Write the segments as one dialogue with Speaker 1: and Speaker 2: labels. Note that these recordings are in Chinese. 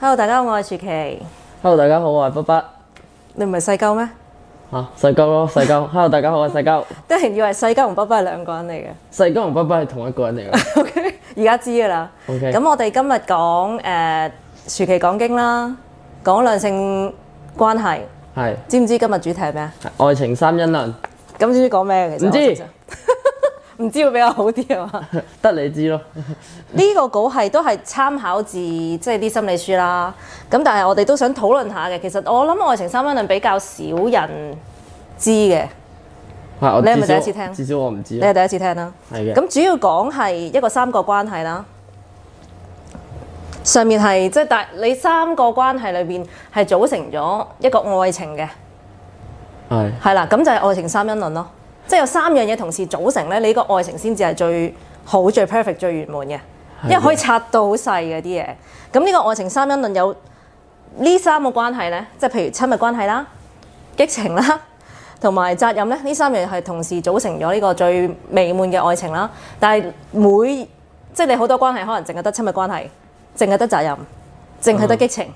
Speaker 1: Hello，大家好，我係樹琪。
Speaker 2: Hello，大家好，我係北北
Speaker 1: 你唔係細鳩咩？
Speaker 2: 嚇細鳩咯，細鳩。Hello，大家好，我係細鳩。
Speaker 1: 都係以為細鳩同北北係兩個人嚟嘅。
Speaker 2: 細鳩同北北係同一個人嚟㗎。
Speaker 1: OK，而家知㗎啦。
Speaker 2: OK
Speaker 1: 咁我哋今日講誒、呃、樹琪講經啦，講兩性關係。
Speaker 2: 係
Speaker 1: 知唔知今日主題係咩啊？
Speaker 2: 係愛情三因論，
Speaker 1: 咁知唔知講咩啊嘅？其實
Speaker 2: 唔知
Speaker 1: 我其實唔知會 比較好啲啊嘛。
Speaker 2: 得你知咯。
Speaker 1: 呢個稿係都係參考自即係啲心理書啦。咁但係我哋都想討論下嘅。其實我諗愛情三分論比較少人知嘅，
Speaker 2: 係我
Speaker 1: 你係咪
Speaker 2: 至少
Speaker 1: 第一次聽
Speaker 2: 至少我唔知
Speaker 1: 你。係第一次聽啦。
Speaker 2: 係嘅
Speaker 1: 咁主要講係一個三角關係啦。上面係即係大你三個關係裏邊係組成咗一個愛情嘅，
Speaker 2: 係
Speaker 1: 係啦，咁就係愛情三因論咯。即係有三樣嘢同時組成咧，你呢個愛情先至係最好、最 perfect、最圓滿嘅，因為可以拆到好細嘅啲嘢。咁呢個愛情三因論有呢三個關係咧，即係譬如親密關係啦、激情啦。 同埋責任咧，呢三樣係同時組成咗呢個最美滿嘅愛情啦。但係每即係你好多關係，可能淨係得親密關係，淨係得責任，淨係得激情，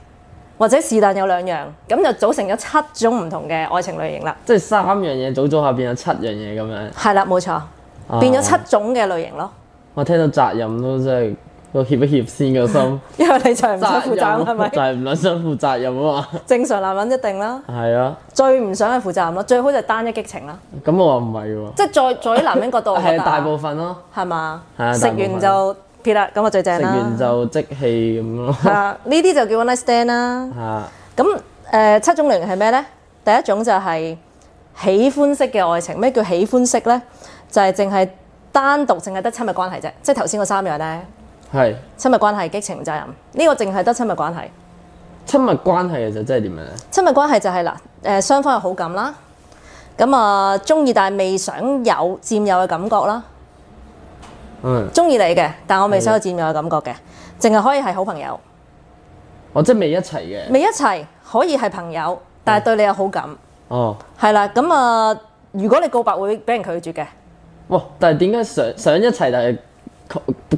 Speaker 1: 或者是但有兩樣，咁就組成咗七種唔同嘅愛情類型啦。
Speaker 2: 即係三樣嘢組組下邊有七樣嘢咁樣。
Speaker 1: 係啦，冇錯，
Speaker 2: 啊
Speaker 1: 變咗七種嘅類型咯。
Speaker 2: 我聽到責任都真係都怯一怯先個心。
Speaker 1: 因為你就係唔想 負責任係咪
Speaker 2: 就？係唔撚想負責任啊嘛。
Speaker 1: 正常男人一定啦，
Speaker 2: 係啊，
Speaker 1: 最唔想係負責任咯，最好就係單一激情啦。
Speaker 2: 咁我話唔係喎。
Speaker 1: 即係 在在於男人角 度，我覺
Speaker 2: 係
Speaker 1: 得啊
Speaker 2: 大部分咯，
Speaker 1: 係嘛？
Speaker 2: 係啊
Speaker 1: 食
Speaker 2: 大部分
Speaker 1: 完就撇啦，咁啊最正
Speaker 2: 食
Speaker 1: 啦。
Speaker 2: 完就即棄咁咯。
Speaker 1: 係啊，呢啲就叫 one night stand 啦。
Speaker 2: 係
Speaker 1: 咁誒、七種類型係咩呢？第一種就係喜歡式嘅愛情。咩叫喜歡式呢？就係淨係單獨，淨係得親密關係啫。即係頭先嗰三樣呢，
Speaker 2: 係
Speaker 1: 親密關係、激情、責任，呢、個淨係得親密關係。
Speaker 2: 親密關係其實真係點樣咧？
Speaker 1: 親密關係就係、嗱，誒、呃雙方有好感啦，咁啊中意但係未想有佔有嘅感覺啦，
Speaker 2: 嗯，
Speaker 1: 中意你嘅，但我未想有佔有嘅感覺嘅，淨係可以係好朋友，
Speaker 2: 我哦即係未一齊嘅。
Speaker 1: 未一齊可以係朋友，但係對你有好感，
Speaker 2: 哦。
Speaker 1: 係啦，咁啊如果你告白會俾人拒絕嘅。
Speaker 2: 哇！但係點解想想一齊，但係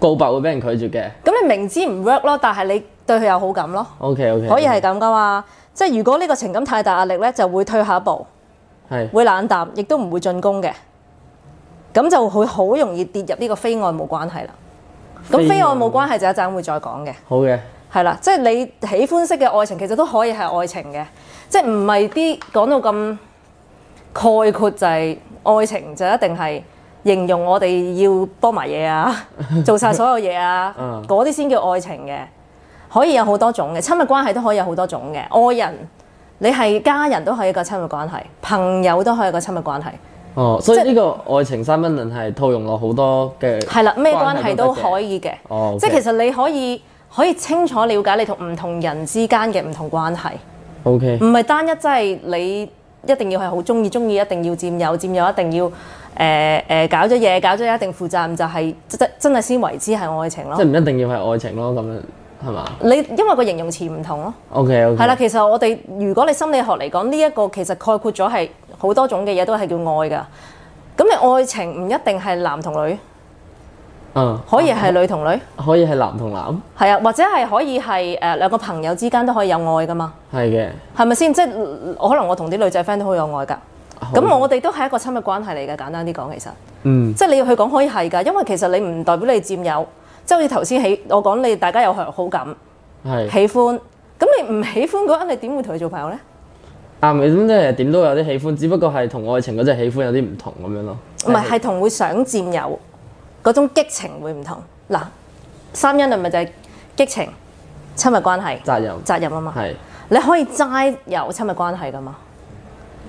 Speaker 2: 告告白會俾人拒絕嘅
Speaker 1: 咁你明知唔 work 咯，但係你對佢有好感咯，
Speaker 2: ？OK OK，
Speaker 1: 可以係咁噶嘛？即係如果呢個情感太大壓力咧，就會退下一步，
Speaker 2: 係
Speaker 1: 會冷淡，亦都唔會進攻嘅，咁就會好容易跌入呢個非愛冇關係啦。咁非愛冇關係就一陣會再講嘅，
Speaker 2: 好嘅，
Speaker 1: 係啦，即係你喜歡式嘅愛情其實都可以係愛情嘅，即係唔係啲講到咁概括就係愛情就一定係形容我哋要幫埋嘢啊， 做晒所有嘢 啊
Speaker 2: 嗯，
Speaker 1: 嗰啲先叫愛情嘅。可以有好多種嘅，親密關係都可以有好多種嘅，愛人你係家人都係一個親密關係，朋友都係一個親密關係，
Speaker 2: 哦，所以
Speaker 1: 即
Speaker 2: 呢個愛情三分論係套用落好多嘅
Speaker 1: 係啦，咩關係都可
Speaker 2: 以。
Speaker 1: 以嘅。
Speaker 2: 哦，
Speaker 1: 即係其實你可以可以清楚了解你同唔同人之間嘅唔同關係，
Speaker 2: OK，
Speaker 1: 唔係單一即係你一定要係好中意，中意一定要佔有，佔有一定要誒誒、呃呃搞咗嘢，搞咗嘢一定負責任，就係、真真係先為之係愛情
Speaker 2: 即
Speaker 1: 咯
Speaker 2: 係。唔一定要係愛情咯，咁樣係嘛
Speaker 1: 你因為個形容詞唔同咯，
Speaker 2: ？OK OK，
Speaker 1: 係啦。其實我哋如果你心理學嚟講，呢、一個其實概括咗係好多種嘅嘢都係叫愛㗎。咁你愛情唔一定係男同女，
Speaker 2: 嗯，
Speaker 1: 可以係女同女，
Speaker 2: 可以係男同男，
Speaker 1: 係啊，或者係可以係誒、呃、兩個朋友之間都可以有愛㗎嘛。
Speaker 2: 係嘅。
Speaker 1: 係咪先？即係呃可能我同啲女仔 friend 都好有愛㗎。咁我哋都係一個親密關係嚟嘅，簡單啲講，其實
Speaker 2: 嗯
Speaker 1: 即係你要去講可以係㗎，因為其實你唔代表你佔有，即係好似頭先喜我講你大家有好感、
Speaker 2: 係
Speaker 1: 喜歡，咁你唔喜歡嗰人，你點會同佢做朋友呢？
Speaker 2: 啱嘅，啊咁即係點都有啲喜歡，只不過係同愛情嗰只喜歡有啲唔同咁樣咯。
Speaker 1: 唔係係同會想佔有嗰種激情會唔同嗱。三因論咪就係激情、親密關係、
Speaker 2: 責任
Speaker 1: 責任啊嘛。
Speaker 2: 係
Speaker 1: 你可以齋有親密關係㗎嘛？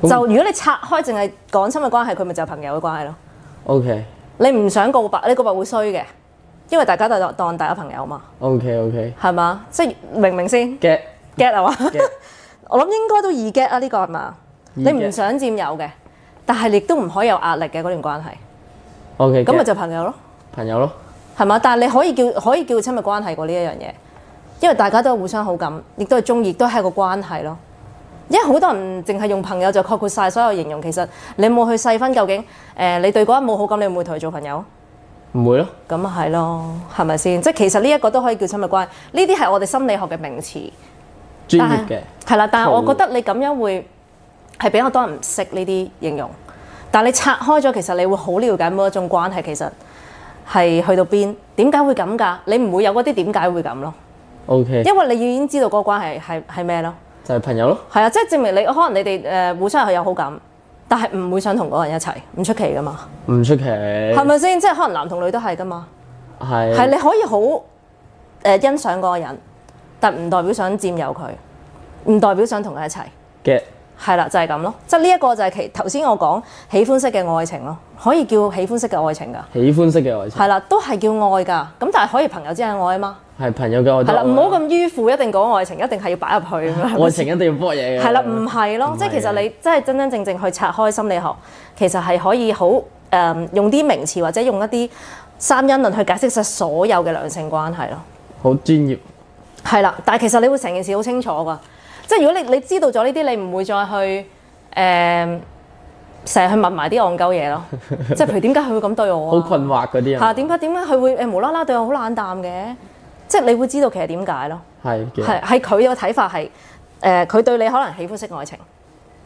Speaker 2: 咁
Speaker 1: 就如果你拆開淨係講親密關係，佢咪就係朋友嘅關係咯。
Speaker 2: OK
Speaker 1: 你唔想告白，你告白會衰嘅，因為大家都當大家朋友嘛，
Speaker 2: OK OK
Speaker 1: 係嘛？即係明唔明先
Speaker 2: get
Speaker 1: get 係嘛？
Speaker 2: get
Speaker 1: 我諗應該都易 get 啊，呢、個係嘛？
Speaker 2: 易
Speaker 1: 你
Speaker 2: get
Speaker 1: 唔想佔有嘅，但係亦都唔可以有壓力嘅嗰段關係，
Speaker 2: OK，
Speaker 1: 咁咪
Speaker 2: get，
Speaker 1: 就朋友咯，
Speaker 2: 朋友咯。
Speaker 1: 係嘛？但係你可以叫可以叫親密關係過呢一樣嘢，因為大家都有互相好感，亦都係中意，亦都係一個關係咯。因為好多人淨係用朋友就概括晒所有形容，其實你冇去細分究竟誒、呃你對嗰人冇好感，你會唔會同佢做朋友？
Speaker 2: 唔會咯。
Speaker 1: 咁啊係咯，係咪先？即係其實呢一個都可以叫親密關係，呢啲係我哋心理學嘅名詞。但
Speaker 2: 專業
Speaker 1: 係
Speaker 2: 嘅，
Speaker 1: 係啦，但係
Speaker 2: 套
Speaker 1: 我覺得你咁樣會係比較多人唔識呢啲形容，但係你拆開咗，其實你會好了解每一種關係其實係去到邊，點解會咁㗎？你唔會有嗰啲點解會咁咯，
Speaker 2: OK，
Speaker 1: 因為你已經知道嗰個關係係係咩咯。
Speaker 2: 就係朋友咯。
Speaker 1: 係啊，即係證明你可能你哋誒、呃互相係有好感，但係唔會想同嗰個人一齊，唔出奇噶嘛，
Speaker 2: 唔出奇，
Speaker 1: 係
Speaker 2: 係
Speaker 1: 咪先？即係可能男同女都係噶嘛，係
Speaker 2: 係
Speaker 1: 你可以好誒、呃欣賞嗰個人，但唔代表想佔有佢，唔代表想同佢一齊。
Speaker 2: 嘅，
Speaker 1: 係啦，就係咁咯，即係呢一個就係其頭先我講喜歡式嘅愛情咯，可以叫喜歡式嘅愛情㗎，
Speaker 2: 喜歡式嘅愛情，
Speaker 1: 係啦，都係叫愛㗎，咁但係可以朋友之間嘅愛啊嘛，
Speaker 2: 係朋友嘅愛都
Speaker 1: 係啦，
Speaker 2: 愛。
Speaker 1: 唔好咁迂腐，一定講愛情，一定係要擺入去 咁樣，
Speaker 2: 啊愛情一定要搏嘢嘅。
Speaker 1: 係啦，唔係咯，
Speaker 2: 唔係啊
Speaker 1: 即係其實你真係真真正正去拆開心理學，其實係可以好誒、嗯用啲名詞或者用一啲三因論去解釋晒所有嘅兩性關係咯。
Speaker 2: 好專業，
Speaker 1: 係啦，但係其實你會成件事好清楚㗎，即係如果你你知道咗呢啲，你唔會再去誒成日去問埋啲戇鳩嘢 咯，即係譬如點解佢會咁對我
Speaker 2: 好
Speaker 1: 啊？
Speaker 2: 困惑嗰啲人
Speaker 1: 嚇點解點解佢會誒無啦啦對我好冷淡嘅？即係你會知道其實點解咯，
Speaker 2: 係嘅，
Speaker 1: 係係佢嘅睇法係誒佢對你可能喜歡式愛情，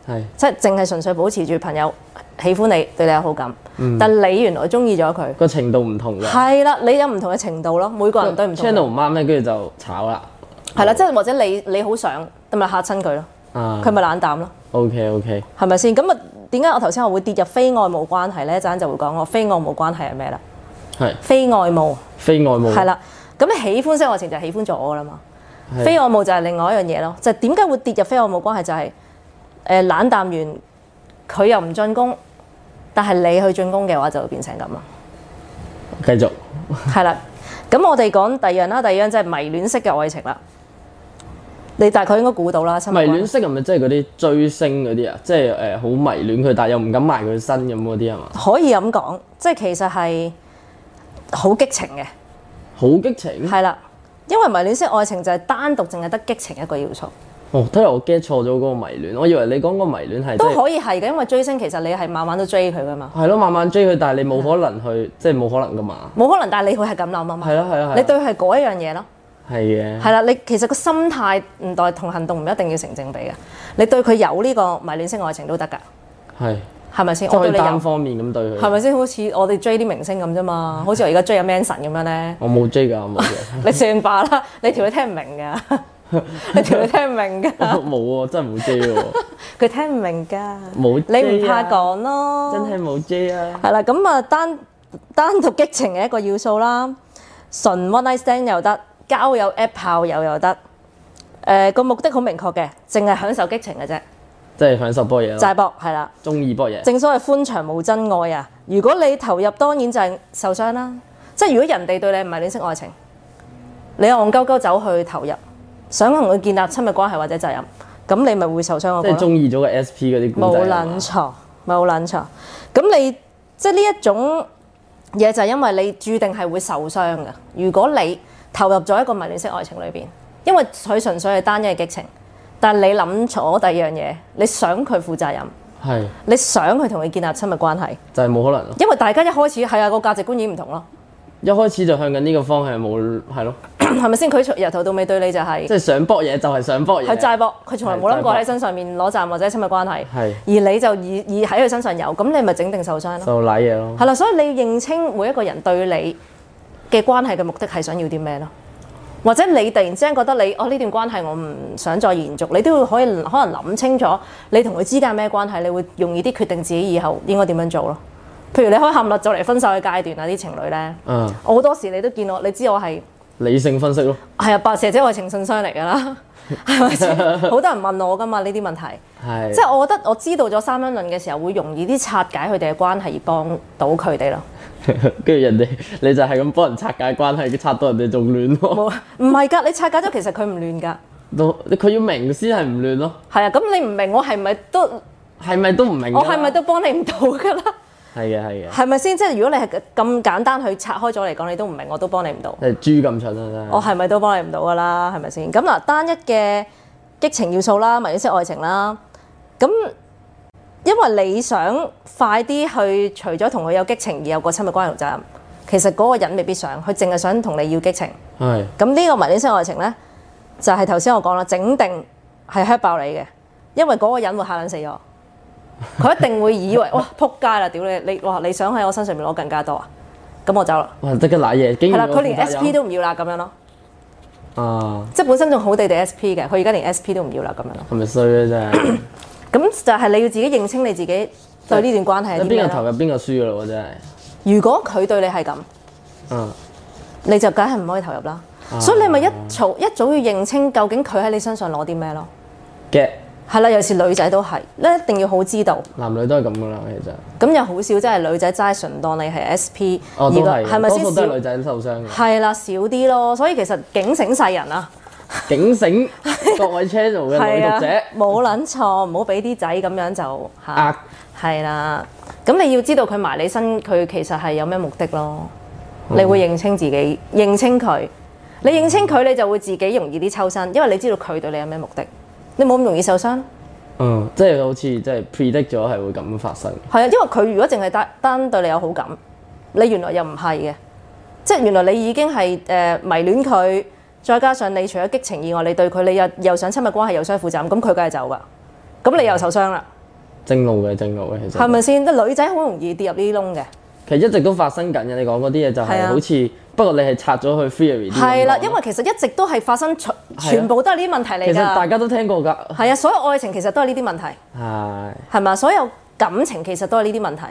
Speaker 2: 係
Speaker 1: 即係淨係純粹保持住朋友喜歡你對你有好感，
Speaker 2: 嗯
Speaker 1: 但你原來中意咗佢，
Speaker 2: 個程度唔同嘅。
Speaker 1: 係啦，你有唔同嘅程度咯，每個人對唔同嘅
Speaker 2: channel 唔啱咧，跟住就炒啦。
Speaker 1: 係啦，即係或者你你好想，咁咪嚇親佢咯。
Speaker 2: 啊
Speaker 1: 佢咪冷淡咯，
Speaker 2: ，OK OK，
Speaker 1: 係咪先？咁啊，點解我頭先我會跌入非愛慕關係咧？一陣就會講我非愛慕關係係咩啦？
Speaker 2: 係哦
Speaker 1: 非愛慕
Speaker 2: 非愛慕
Speaker 1: 係，啦，咁喜歡式愛情就係喜歡咗我啦嘛。
Speaker 2: 係
Speaker 1: 非愛慕就係另外一樣嘢咯，就係點解會跌入非愛慕關係？就係、呃冷淡完，佢又唔進攻，但係你去進攻嘅話就會變成咁 啦。
Speaker 2: 繼續
Speaker 1: 係啦，咁我哋講第二樣啦，第二樣就係迷戀式嘅愛情啦。你大概應該估到啦，親密
Speaker 2: 迷
Speaker 1: 關係
Speaker 2: 戀式係咪即係嗰啲追星嗰啲啊？即係誒好迷戀佢，但係又唔敢埋佢身咁嗰啲係嘛？
Speaker 1: 可以咁講，即係其實係好激情嘅。
Speaker 2: 好激情
Speaker 1: 係啦，因為迷戀式愛情就係單獨淨係得激情一個要素，
Speaker 2: 哦！睇嚟我 get 錯咗嗰個迷戀，我以為你講個迷戀係即
Speaker 1: 都
Speaker 2: 係
Speaker 1: 可以係嘅，因為追星其實你係慢慢都追佢噶嘛，
Speaker 2: 係咯，慢慢追佢，但係你冇可能去，即係冇可能噶嘛。
Speaker 1: 冇可能，但係你會係咁諗啊嘛，
Speaker 2: 係啦係啦係啦
Speaker 1: 嗯你對佢係嗰一樣嘢咯，
Speaker 2: 係嘅，
Speaker 1: 係啦，你其實個心態唔代同行動唔一定要成正比嘅，你對佢有呢個迷戀式愛情都得㗎，
Speaker 2: 係
Speaker 1: 係咪先？
Speaker 2: 即係
Speaker 1: 我
Speaker 2: 可以
Speaker 1: 對你
Speaker 2: 單
Speaker 1: 有。
Speaker 2: 方面咁對佢。
Speaker 1: 係咪先？好似我哋追啲明星咁啫嘛，好似我而家追阿 Manson 咁樣 咧，
Speaker 2: 我冇追㗎，我冇嘅，
Speaker 1: 你算吧啦，你條女聽唔明㗎，你條女聽唔明㗎，
Speaker 2: 我冇喎，真係冇追喎，
Speaker 1: 佢聽唔明㗎，
Speaker 2: 冇追啊
Speaker 1: 你唔怕講咯，
Speaker 2: 真係冇追啊！
Speaker 1: 係啦，咁啊單單獨激情嘅一個要素啦，純 one night stand 又得，交友 app 炮友又得。誒、個目的好明確嘅，淨係享受激情嘅啫，
Speaker 2: 即係享受波嘢咯，
Speaker 1: 齋搏係啦。
Speaker 2: 中意啊波嘢。
Speaker 1: 正所謂歡場無真愛啊！如果你投入，當然就係受傷啦。即係如果人哋對你唔係戀式愛情，你戇鳩鳩走去投入，想同佢建立親密關係或者責任，咁你咪會受傷嗰個
Speaker 2: 即
Speaker 1: 咯
Speaker 2: 係中意咗個 SP 嗰啲古
Speaker 1: 冇
Speaker 2: 仔啊嘛。
Speaker 1: 撚錯，冇撚錯。咁你即係呢一種嘢就係因為你注定係會受傷嘅。如果你投入咗一個迷戀式愛情裏邊，因為佢純粹係單一嘅激情，但係你諗咗第二樣嘢，你想佢負責任，
Speaker 2: 係
Speaker 1: 你想佢同你建立親密關係，
Speaker 2: 就係冇可能咯。
Speaker 1: 因為大家一開始係啊個價值觀已經唔同咯，
Speaker 2: 一開始就向緊呢個方向冇係咯，
Speaker 1: 係咪先？佢從由頭到尾對你就係、
Speaker 2: 即係想搏嘢就係想啊搏
Speaker 1: 佢
Speaker 2: 嘢。
Speaker 1: 債博，佢從來冇諗過喺身上面攞賺或者親密關係，而
Speaker 2: 係
Speaker 1: 你就以以喺佢身上有，咁你咪整定受傷咯。
Speaker 2: 就賴嘢咯，
Speaker 1: 係啦，所以你要認清每一個人對你嘅關係嘅目的係想要啲咩咯，或者你突然之間覺得你哦呢段關係我唔想再延續，你都要可以可能諗清楚你同佢之間咩關係，你會容易啲決定自己以後應該點樣做咯。譬如你可以陷落就嚟分手嘅階段啊，啲情侶咧，
Speaker 2: 嗯，
Speaker 1: 我好多時你都見我，你知我係
Speaker 2: 理性分析咯，
Speaker 1: 係啊白蛇姐愛情信箱嚟㗎啦， 係咪先？好多人問我㗎嘛呢啲問題。
Speaker 2: 係
Speaker 1: 即係我覺得我知道咗三因論嘅時候，會容易啲拆解佢哋嘅關係，而幫到佢哋咯。
Speaker 2: 跟住人哋你就係咁幫人拆解關係，拆到人哋仲亂咯，
Speaker 1: 冇唔係㗎，你拆解咗其實佢唔亂㗎。
Speaker 2: 都佢要明先係唔亂咯，
Speaker 1: 係啊，咁你唔明我係咪都
Speaker 2: 係咪都唔明㗎啦？
Speaker 1: 哦我係咪都幫你唔到㗎啦？
Speaker 2: 係嘅係嘅，
Speaker 1: 係咪先？即係如果你係咁簡單去拆開咗嚟講，你都唔明，我都幫你唔到。
Speaker 2: 係豬咁蠢啊真係
Speaker 1: 我。係咪都幫你唔到㗎啦？係咪先？咁嗱，單一嘅激情要素啦，迷戀式愛情啦，咁因為你想快啲去除咗同佢有激情而有個親密關係同責任，其實嗰個人未必想，佢淨係想同你要激情。
Speaker 2: 係
Speaker 1: 咁呢個迷戀式愛情呢，就係頭先我講啦，整定係 hurt 爆你嘅，因為嗰個人會嚇撚死我，佢一定會以為哇撲街啦，屌你你哇你想喺我身上面攞更加多啊，咁我走啦，
Speaker 2: 哇！即刻賴嘢，竟
Speaker 1: 係啦，
Speaker 2: 然
Speaker 1: 佢連
Speaker 2: 我負責
Speaker 1: SP
Speaker 2: 任
Speaker 1: 都唔要啦咁樣咯，
Speaker 2: 嗯啊，
Speaker 1: 即係本身仲好地地 SP 嘅，佢而家連 SP 都唔要啦咁樣咯，
Speaker 2: 係咪衰咧真係？
Speaker 1: 咁就係你要自己認清你自己對呢段關係係啲
Speaker 2: 邊
Speaker 1: 咩
Speaker 2: 個
Speaker 1: 啦
Speaker 2: 投入邊個輸噶咯喎真係，
Speaker 1: 如果佢對你係咁。
Speaker 2: 嗯
Speaker 1: 你就梗係唔可以投入啦。
Speaker 2: 啊
Speaker 1: 所以你咪一早一早要認清究竟佢喺你身上攞啲咩咯。
Speaker 2: 嘅
Speaker 1: 係啦，尤其是女仔都係，你一定要好知道。
Speaker 2: 男女都係咁噶啦，其實
Speaker 1: 咁又好少真係女仔齋純當你係 SP，
Speaker 2: 哦都
Speaker 1: 個
Speaker 2: 係嘅，
Speaker 1: 咪
Speaker 2: 多
Speaker 1: 先
Speaker 2: 數都係
Speaker 1: 少
Speaker 2: 女？仔受傷嘅。
Speaker 1: 係啦，少啲咯。所以其實警醒世人啊，
Speaker 2: 警醒各位 channel 嘅女
Speaker 1: 係
Speaker 2: 讀
Speaker 1: 啊
Speaker 2: 者，
Speaker 1: 冇撚錯，唔好俾啲仔咁樣就
Speaker 2: 呃
Speaker 1: 嚇。係啦，咁你要知道佢埋你身，佢其實係有咩目的咯？
Speaker 2: 嗯
Speaker 1: 你會認清自己，認清佢，你認清佢，你就會自己容易啲抽身，因為你知道佢對你有咩目的，你冇咁容易受傷。
Speaker 2: 嗯，即係好似即係 predict 咗係會咁發生。
Speaker 1: 係啊，因為佢如果淨係單單對你有好感，你原來又唔係嘅，即係原來你已經係誒、呃迷戀佢，再加上你除咗激情以外，你對佢你又又想親密關係，又想負責任，咁佢梗係走噶，咁你又受傷啦，
Speaker 2: 正路嘅正路嘅，其實
Speaker 1: 係咪先？啲女仔好容易跌入呢啲窿嘅。
Speaker 2: 其實一直都發生緊嘅。你講嗰啲嘢就
Speaker 1: 係
Speaker 2: 係
Speaker 1: 啊
Speaker 2: 好似，不過你係拆咗去 theory 啲咁講
Speaker 1: 係啦，因為其實一直都係發生全全部都係呢啲問題
Speaker 2: 其
Speaker 1: 嚟
Speaker 2: 實大
Speaker 1: 㗎。
Speaker 2: 家都聽過㗎，
Speaker 1: 係啊，所有愛情其實都係呢啲問題，
Speaker 2: 係
Speaker 1: 係嘛？所有感情其實都係呢啲問題。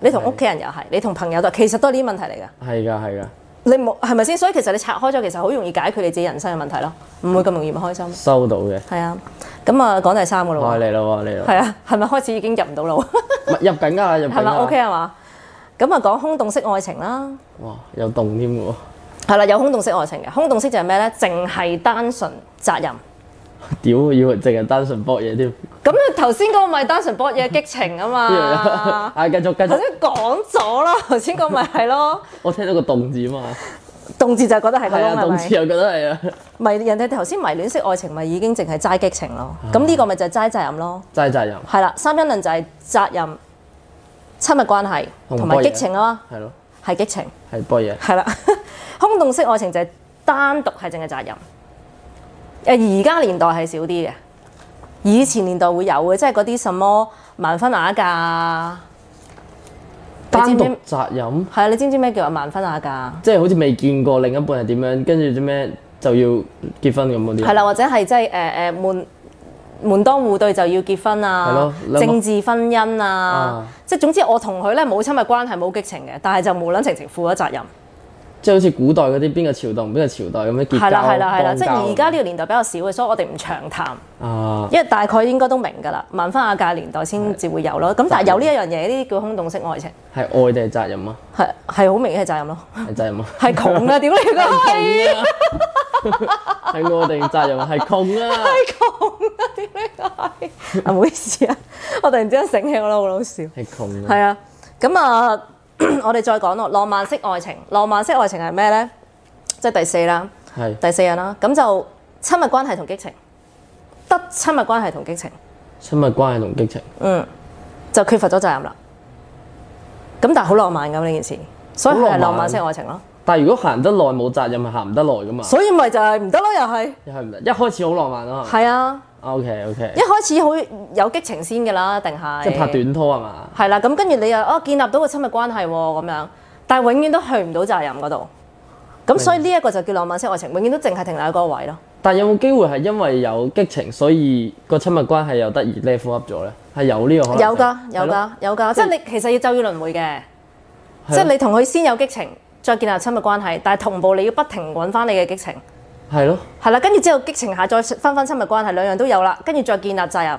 Speaker 1: 你同屋企人又係，你同朋友都係，其實都係呢啲問題嚟㗎。
Speaker 2: 係㗎係㗎，
Speaker 1: 你冇係咪先？所以其實你拆開咗，其實好容易解決你自己人生嘅問題咯，唔會咁容易唔開心。
Speaker 2: 收到嘅，
Speaker 1: 係啊，咁啊講第三個
Speaker 2: 我
Speaker 1: 咯喎，
Speaker 2: 嚟啦喎嚟啦，
Speaker 1: 係啊，係咪開始已經入唔到腦？
Speaker 2: 唔係入啊緊㗎入緊
Speaker 1: 係咪
Speaker 2: 㗎
Speaker 1: OK 係嘛？咁啊講空洞式愛情啦。
Speaker 2: 哇有動添㗎喎，
Speaker 1: 係啦，有空洞式愛情嘅，空洞式就係咩呢？淨係單純責任。
Speaker 2: 屌我以為淨係單純搏嘢添，
Speaker 1: 咁啊頭先嗰個咪單純博嘢激情啊嘛。
Speaker 2: 係繼續繼
Speaker 1: 啊頭
Speaker 2: 續，
Speaker 1: 先講咗啦，頭先講咪係咯，
Speaker 2: 我聽到個動字啊嘛，
Speaker 1: 動字就覺得係個
Speaker 2: 係
Speaker 1: 窿
Speaker 2: 啊
Speaker 1: 係
Speaker 2: 動字
Speaker 1: 咪？
Speaker 2: 又覺得係啊，
Speaker 1: 咪人哋頭先迷戀式愛情咪已經淨係齋激情咯，咁呢個咪就係齋責任咯，
Speaker 2: 齋責任
Speaker 1: 係啦，三因論就係責任、親密關係
Speaker 2: 同
Speaker 1: 同埋
Speaker 2: 波嘢
Speaker 1: 激情啊嘛，
Speaker 2: 係咯
Speaker 1: 係激情，
Speaker 2: 係搏嘢，
Speaker 1: 係啦， 空洞式愛情就係單獨係淨係責任。誒而家年代係少啲嘅，以前年代會有嘅，即係嗰啲什麼萬婚瓦嫁，啊你知唔
Speaker 2: 單
Speaker 1: 知
Speaker 2: 獨責任。
Speaker 1: 係啊，你知唔知咩叫做萬婚瓦嫁？
Speaker 2: 即係好似未見過另一半係點樣，跟住啲咩就要結婚咁嗰啲。啊
Speaker 1: 係啦，或者係即係誒誒門門當戶對就要結婚
Speaker 2: 係咯
Speaker 1: 啊，
Speaker 2: 兩個
Speaker 1: 政治婚姻啊
Speaker 2: 啊，
Speaker 1: 即係總之我同佢咧冇親密關係，冇激情嘅，但係就無撚情情負咗責任。
Speaker 2: 即係好似古代嗰啲邊個朝代同邊個朝代咁樣結交。
Speaker 1: 係
Speaker 2: 啊
Speaker 1: 啦係啦係啦，即係而家
Speaker 2: 呢
Speaker 1: 呢個年代比較少嘅，所以我哋唔長談，
Speaker 2: 啊，
Speaker 1: 因為大概應該都明㗎啦。萬婚瓦嫁年代先至會有咯。咁但係有呢一樣嘢，呢啲叫空洞式愛情，
Speaker 2: 係愛定係責任啊？
Speaker 1: 係係好明顯係責任咯，
Speaker 2: 係責任啊？
Speaker 1: 係窮 啊！屌你個閪，
Speaker 2: 係愛定責任啊？係窮啊！
Speaker 1: 係窮啊！屌你個閪，啊唔好意思啊，我突然之間醒起，我覺得好好笑。
Speaker 2: 係窮啊！
Speaker 1: 係啊，咁啊， 我哋再講咯，浪漫式愛情，浪漫式愛情係咩呢？即係第四啦，
Speaker 2: 係
Speaker 1: 第四樣啦，咁就親密關係同激情，得親密關係同激情，
Speaker 2: 親密關係同激情，
Speaker 1: 就缺乏咗責任啦。咁但係好浪漫咁呢件事，所以佢係浪漫式愛情咯。
Speaker 2: 但係如果行得耐冇責任，係行唔得耐噶嘛？
Speaker 1: 所以咪就係唔得咯，又係。
Speaker 2: 又係唔得。一開始好浪漫咯。
Speaker 1: 係啊，
Speaker 2: O K O K，
Speaker 1: 一開始好有激情先㗎啦，定係。
Speaker 2: 即係拍。短拖係啊嘛？
Speaker 1: 係啦，咁跟住你又哦建立到個親密關係喎咁樣，但係永遠都去唔到責任嗰度。咁所以呢一個就叫浪漫式愛情，永遠都淨係停留喺嗰個位咯。
Speaker 2: 但有冇機會係因為有激情，所以個親密關係又得而 level up 咗咧？係有呢個可能性？
Speaker 1: 有㗎，有
Speaker 2: 係咯
Speaker 1: 㗎，有㗎，即係你其實要就要輪迴嘅，
Speaker 2: 係
Speaker 1: 即係
Speaker 2: 咯
Speaker 1: 你同佢先有激情，再建立親密關係，但係同步你要不停揾翻你嘅激情，
Speaker 2: 係咯。
Speaker 1: 係啦，跟住之後激情下再翻翻親密關係，兩樣都有啦，跟住再建立責任。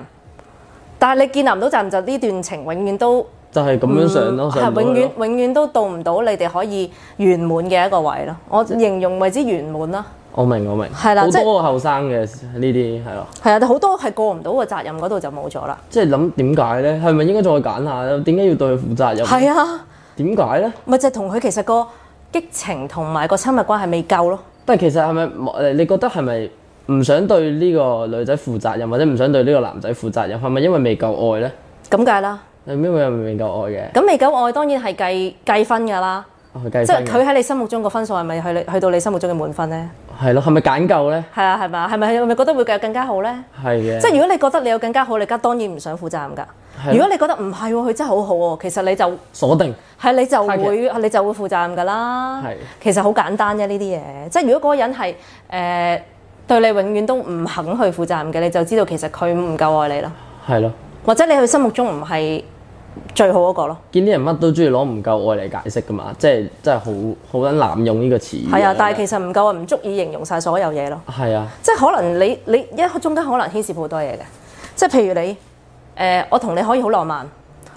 Speaker 1: 但係你建立唔到責任，就呢段情永遠都
Speaker 2: 就係咁樣上咯，上
Speaker 1: 嗯
Speaker 2: 唔
Speaker 1: 係
Speaker 2: 到去
Speaker 1: 永遠
Speaker 2: 咯
Speaker 1: 永遠都到唔到你哋可以圓滿嘅一個位咯。我形容為之圓滿啦。
Speaker 2: 我明我明，
Speaker 1: 係啦
Speaker 2: 好
Speaker 1: 即係
Speaker 2: 多後生嘅呢啲係咯，
Speaker 1: 係啊，但好多係過唔到個責任嗰度就冇咗啦。
Speaker 2: 即係諗點解咧？係咪應該再揀下咧？點解要對佢負責任？
Speaker 1: 係啊，
Speaker 2: 點解咧？
Speaker 1: 咪就係同佢其實個激情同埋個親密關係未夠咯。
Speaker 2: 但係其實係咪誒？你覺得係咪唔想對呢個女仔負責任，或者唔想對呢個男仔負責任？係咪因為未夠愛咧？
Speaker 1: 咁解啦，
Speaker 2: 係因為未夠愛嘅，
Speaker 1: 咁未夠愛當然係計計分㗎啦。
Speaker 2: 啊佢計
Speaker 1: 即係
Speaker 2: 分
Speaker 1: 佢
Speaker 2: 嘅，
Speaker 1: 喺你心目中個分數係咪去你去到你心目中嘅滿分呢？
Speaker 2: 係咯，係咪揀夠咧？
Speaker 1: 係啊，係咪啊？係咪係咪覺得會有更加好呢？
Speaker 2: 係嘅，
Speaker 1: 即係如果你覺得你有更加好，你梗當然唔想負責任㗎。
Speaker 2: 係
Speaker 1: 如果你覺得唔係喎，佢真係好好喎，其實你就
Speaker 2: 鎖定
Speaker 1: 係你就
Speaker 2: Target
Speaker 1: 會你就會負責任㗎啦
Speaker 2: 係。
Speaker 1: 其實好簡單啫，呢啲嘢。即係如果嗰個人係誒、呃、對你永遠都唔肯去負責任嘅，你就知道其實佢唔夠愛你咯，
Speaker 2: 係咯，
Speaker 1: 或者你佢心目中唔係最好嗰個咯。
Speaker 2: 見啲人乜都中意攞唔夠愛嚟解釋噶嘛，即係真係好好撚濫用呢個詞語。
Speaker 1: 係啊，但係其實唔夠啊，唔足以形容晒所有嘢咯。
Speaker 2: 係啊，
Speaker 1: 即係可能你你一中間可能牽涉好多嘢嘅，即係譬如你誒、呃我同你可以好浪漫，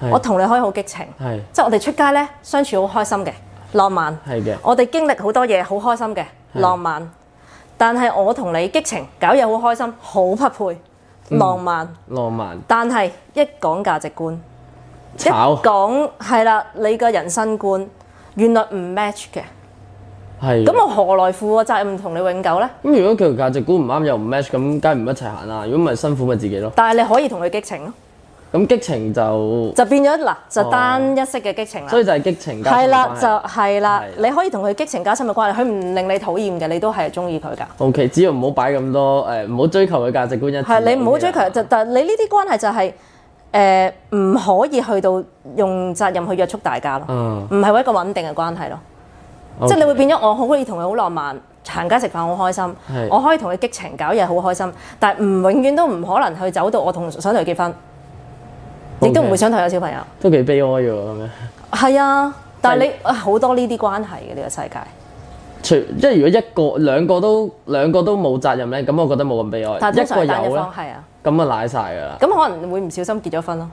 Speaker 2: 係
Speaker 1: 我同你可以好激情，
Speaker 2: 係
Speaker 1: 即係我哋出街咧相處好開心嘅，浪漫。
Speaker 2: 係嘅，
Speaker 1: 我哋經歷好多嘢，好開心嘅，浪漫。但係我同你激情，搞嘢好開心，好匹
Speaker 2: 嗯
Speaker 1: 配，浪漫。
Speaker 2: 浪漫
Speaker 1: 但係一講價值觀，一
Speaker 2: 炒
Speaker 1: 講係啦，你嘅人生觀原來唔 match 嘅，
Speaker 2: 係。
Speaker 1: 咁我何來負個責任同你永久呢？
Speaker 2: 咁如果佢價值觀唔啱又唔 match，咁梗係唔一齊行啦。如果唔係辛苦咪自己咯。
Speaker 1: 但係你可以同佢激情咯，
Speaker 2: 咁激情就，
Speaker 1: 就變咗嗱，就單一式嘅激情啦
Speaker 2: 哦所。以就係激情加
Speaker 1: 係啦，
Speaker 2: 親密關係
Speaker 1: 就係啦，
Speaker 2: 係
Speaker 1: 你可以同佢激情加深嘅關係，佢唔令你討厭嘅，你都係中意佢㗎。
Speaker 2: O、k 只要唔好擺咁多誒，唔、好追求佢價值觀一致。
Speaker 1: 係你唔好追求，就但係你呢啲關係就係誒唔可以去到用責任去約束大家咯，
Speaker 2: 嗯，
Speaker 1: 唔係一個穩定嘅關係咯。即係你會變咗，我好可以同佢好浪漫，行街食飯好開心
Speaker 2: 係，
Speaker 1: 我可以同佢激情搞嘢好開心，但係唔永遠都唔可能去走到我同想同佢結婚，亦都唔會
Speaker 2: OK
Speaker 1: 想同佢有小朋友。
Speaker 2: 都幾悲哀嘅喎咁樣。
Speaker 1: 係啊，但係
Speaker 2: 但
Speaker 1: 你啊好多呢啲關係嘅呢個世界。
Speaker 2: 除即係如果一個兩個都兩個都冇責任咧，咁我覺得冇咁悲哀。
Speaker 1: 但係通常係
Speaker 2: 一個
Speaker 1: 單一
Speaker 2: 有咧
Speaker 1: 方，係啊，
Speaker 2: 咁啊賴晒㗎啦。
Speaker 1: 咁可能會唔小心結咗婚咯，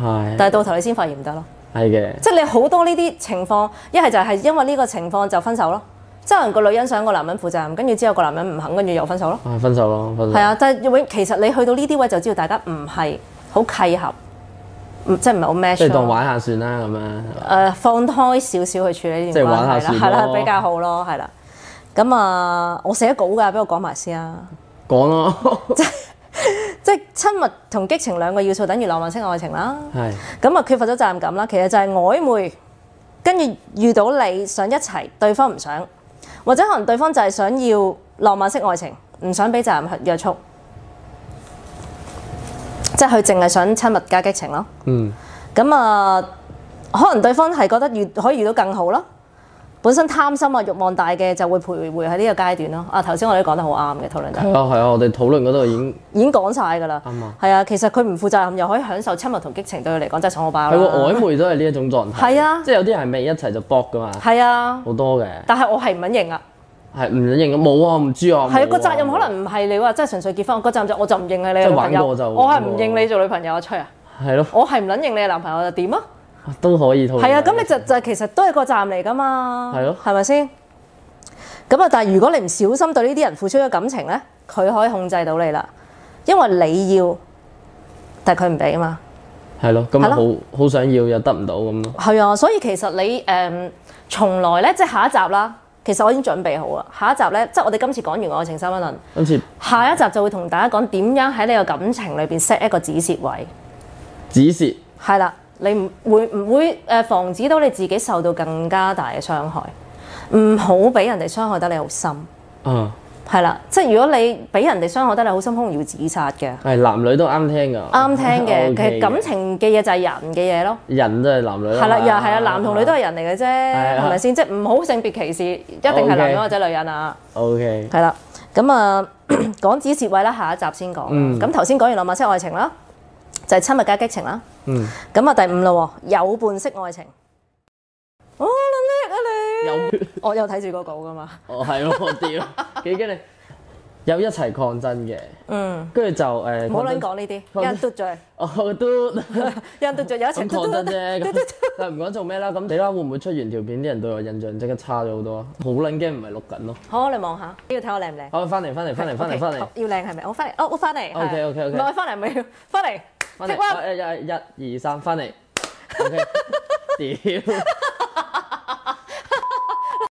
Speaker 2: 係
Speaker 1: 但係到頭你先發現唔得咯。
Speaker 2: 係嘅，
Speaker 1: 即係你好多呢啲情況，一係就係因為呢個情況就分手咯。即係可能個女人想個男人負責任，跟住之後個男人唔肯，跟住又分手咯。
Speaker 2: 啊分手咯，分手
Speaker 1: 係。啊，但係永其實你去到呢啲位就知道大家唔係好契合，唔即係唔係好 match 咯。
Speaker 2: 即係當玩下算啦咁樣係嘛。
Speaker 1: 誒、放開少少去處理呢
Speaker 2: 即
Speaker 1: 段
Speaker 2: 係玩下
Speaker 1: 關係啦，
Speaker 2: 先
Speaker 1: 係啦
Speaker 2: 咯
Speaker 1: 比較好咯，係啦。咁啊，我寫稿㗎，俾我講埋先啊。
Speaker 2: 講咯，
Speaker 1: 即係親密同激情兩個要素等於浪漫式愛情啦。
Speaker 2: 係
Speaker 1: 咁啊缺乏咗責任感啦，其實就係曖昧，跟住遇到你想一齊，對方唔想，或者可能對方就係想要浪漫式愛情，唔想俾責任約束，即係佢淨係想親密加激情咯。
Speaker 2: 嗯
Speaker 1: 咁啊，可能對方係覺得遇可以遇到更好咯。本身貪心啊、慾望大嘅就會徘徊喺呢個階段咯。啊，頭先我哋都講得好啱嘅討論得
Speaker 2: 係啊係啊，我哋討論嗰度已經
Speaker 1: 已經講晒㗎啦。
Speaker 2: 啱啊
Speaker 1: 係啊，其實佢唔負責任又可以享受親密同激情，對佢嚟講真係爽到爆
Speaker 2: 係喎，
Speaker 1: 啦。
Speaker 2: 曖昧都係呢一種狀
Speaker 1: 啊
Speaker 2: 態。
Speaker 1: 係啊
Speaker 2: 即係有啲人係未一齊就搏㗎嘛，
Speaker 1: 係啊，
Speaker 2: 好多嘅
Speaker 1: 但係我係唔肯認啊。
Speaker 2: 係唔認嘅冇啊，唔知啊。
Speaker 1: 係啊，
Speaker 2: 冇
Speaker 1: 個責任可能唔係你話真係純粹結婚，個責任就我就唔認你
Speaker 2: 即
Speaker 1: 係
Speaker 2: 係
Speaker 1: 女
Speaker 2: 玩
Speaker 1: 朋
Speaker 2: 過
Speaker 1: 友，
Speaker 2: 就
Speaker 1: 我係唔認你做女朋友啊，吹啊！
Speaker 2: 係咯，
Speaker 1: 我係唔撚認你係男朋
Speaker 2: 哦
Speaker 1: 友就點啊？
Speaker 2: 都可以討論。
Speaker 1: 係啊，咁你就就其實都係個站嚟噶嘛，
Speaker 2: 係咯
Speaker 1: 係咪先？咁啊，但係如果你唔小心對呢啲人付出咗感情咧，佢可以控制到你啦，因為你要，但係佢唔俾啊嘛。
Speaker 2: 係咯，咁
Speaker 1: 係咯
Speaker 2: 好好想要又得唔到咁咯。
Speaker 1: 係啊，所以其實你誒、嗯、從來咧，即係下一集啦，其實我已經準備好啦。下一集咧，即係我哋今次講完愛情三一論，
Speaker 2: 今次
Speaker 1: 下一集就會同大家講點樣喺你個感情裏邊 set 一個止蝕位，
Speaker 2: 指示
Speaker 1: 係啦，你唔會唔會誒防止到你自己受到更加大嘅傷害，唔好俾人哋傷害得你好深。
Speaker 2: 啊，
Speaker 1: 係啦，即係如果你俾人哋傷害得你好深，可能要自殺嘅，
Speaker 2: 係男女都啱聽㗎。
Speaker 1: 啱聽嘅。其 實
Speaker 2: OK
Speaker 1: 感情嘅嘢就係人嘅嘢咯。
Speaker 2: 人都係男女啊嘛。
Speaker 1: 係啦，又係啊，男同女都係人嚟嘅啫，
Speaker 2: 啊
Speaker 1: 係咪先？即係唔好性別歧視，一定
Speaker 2: OK
Speaker 1: 係男人或者女人啊。
Speaker 2: OK
Speaker 1: 係啦，咁啊 講止蝕位啦，下一集先講
Speaker 2: 嗯
Speaker 1: 啦。咁頭先講完浪漫式愛情啦，就係親密加激情啦。
Speaker 2: 嗯。
Speaker 1: 咁啊第五咯喎，有伴式愛情。哦，你叻啊你！
Speaker 2: 有
Speaker 1: 我有睇住個稿噶嘛。
Speaker 2: 哦係喎，我屌 幾驚你有一齊抗爭嘅，
Speaker 1: 嗯，
Speaker 2: 跟住就誒
Speaker 1: 唔好亂講呢啲，有人嘟嘴，
Speaker 2: 我都。
Speaker 1: 有人嘟 嘴，有一齊
Speaker 2: 咁
Speaker 1: 嘟
Speaker 2: 講
Speaker 1: 嘟
Speaker 2: 真
Speaker 1: 嘟。
Speaker 2: 啫，咁但係唔講做咩啦。咁你啦，會唔會出完條片啲人對我印象即刻差咗好多啊？好撚驚唔係錄緊咯。
Speaker 1: 好，你望下，要睇我靚唔靚？
Speaker 2: 好，翻嚟，翻嚟，翻嚟，翻嚟，
Speaker 1: OK，
Speaker 2: 翻嚟
Speaker 1: 好，要靚係咪？我翻嚟，哦，我翻嚟。係
Speaker 2: OK，OK，OK
Speaker 1: 唔係我翻嚟，唔係要翻嚟。
Speaker 2: 翻
Speaker 1: Take one
Speaker 2: 嚟，一、一、一、二、三，翻嚟。OK，屌，